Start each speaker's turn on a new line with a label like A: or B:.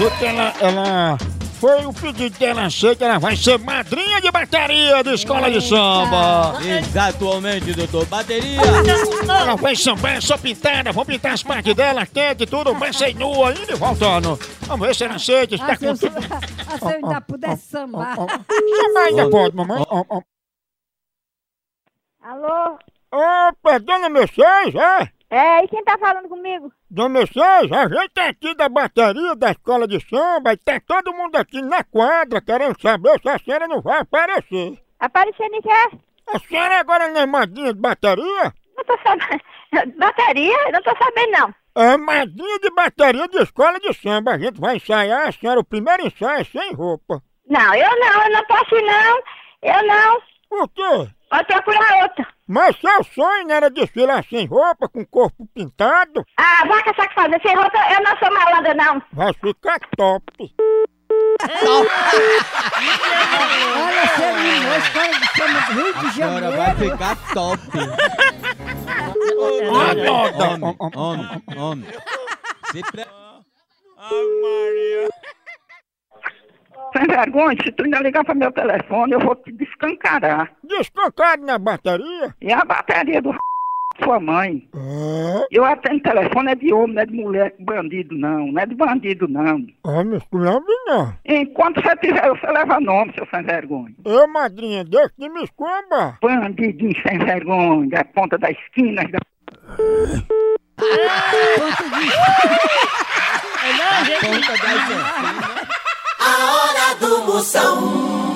A: Luta, ela, ela. Foi o pedido dela aceita, ela vai ser madrinha de bateria de escola de samba.
B: Exatamente, doutor. Bateria.
A: Ela vai sambar, é só pintada, vamos pintar as partes dela, quente, tudo, mas sem nua, ainda e voltando. Vamos ver se ela aceita, está
C: Ah, se eu,
A: com
C: sou-
A: tudo.
C: ah, se eu ainda pudesse sambar.
A: Chamar ainda pode, mamãe. Ó, ó.
D: Alô?
A: Opa, dona Mercedes, é?
D: É, e quem tá falando comigo?
A: Dona Mercedes, a gente é aqui da bateria da escola de samba e tá todo mundo aqui na quadra querendo saber se a senhora não vai aparecer.
D: Aparecendo em quê?
A: A senhora agora não é madrinha de bateria?
D: Não tô sabendo. Bateria? Não tô sabendo, não.
A: É madrinha de bateria de escola de samba. A gente vai ensaiar, a senhora, o primeiro ensaio é sem roupa.
D: Não, eu não, eu não posso ir, não. Eu não.
A: Por quê?
D: Vou procurar outra.
A: Mas seu sonho não era desfilar sem roupa, com o corpo pintado?
D: Ah, vai caçar que fazer. Sem roupa, eu não sou malandra, não.
A: Vai ficar top.
C: Olha, se eu não a escola de samba do Rio de
B: Agora vai
C: Janeiro.
B: ficar top. um Homem, homem, homem. Se pre...
E: Sem vergonha, se tu ainda ligar para meu telefone, eu vou te descancarar.
A: Descancado na bateria?
E: E a bateria do sua mãe.
A: É,
E: Eu atendo telefone, é de homem, não é de mulher, bandido não, não é de bandido não.
A: homem, esculhambe não. é um
E: Enquanto você tiver, você leva nome, seu sem vergonha.
A: Eu, madrinha, deixa que me escomba.
E: Bandidinho sem vergonha, da ponta das esquinas da
B: Ponta da gente.
F: A hora do Moção.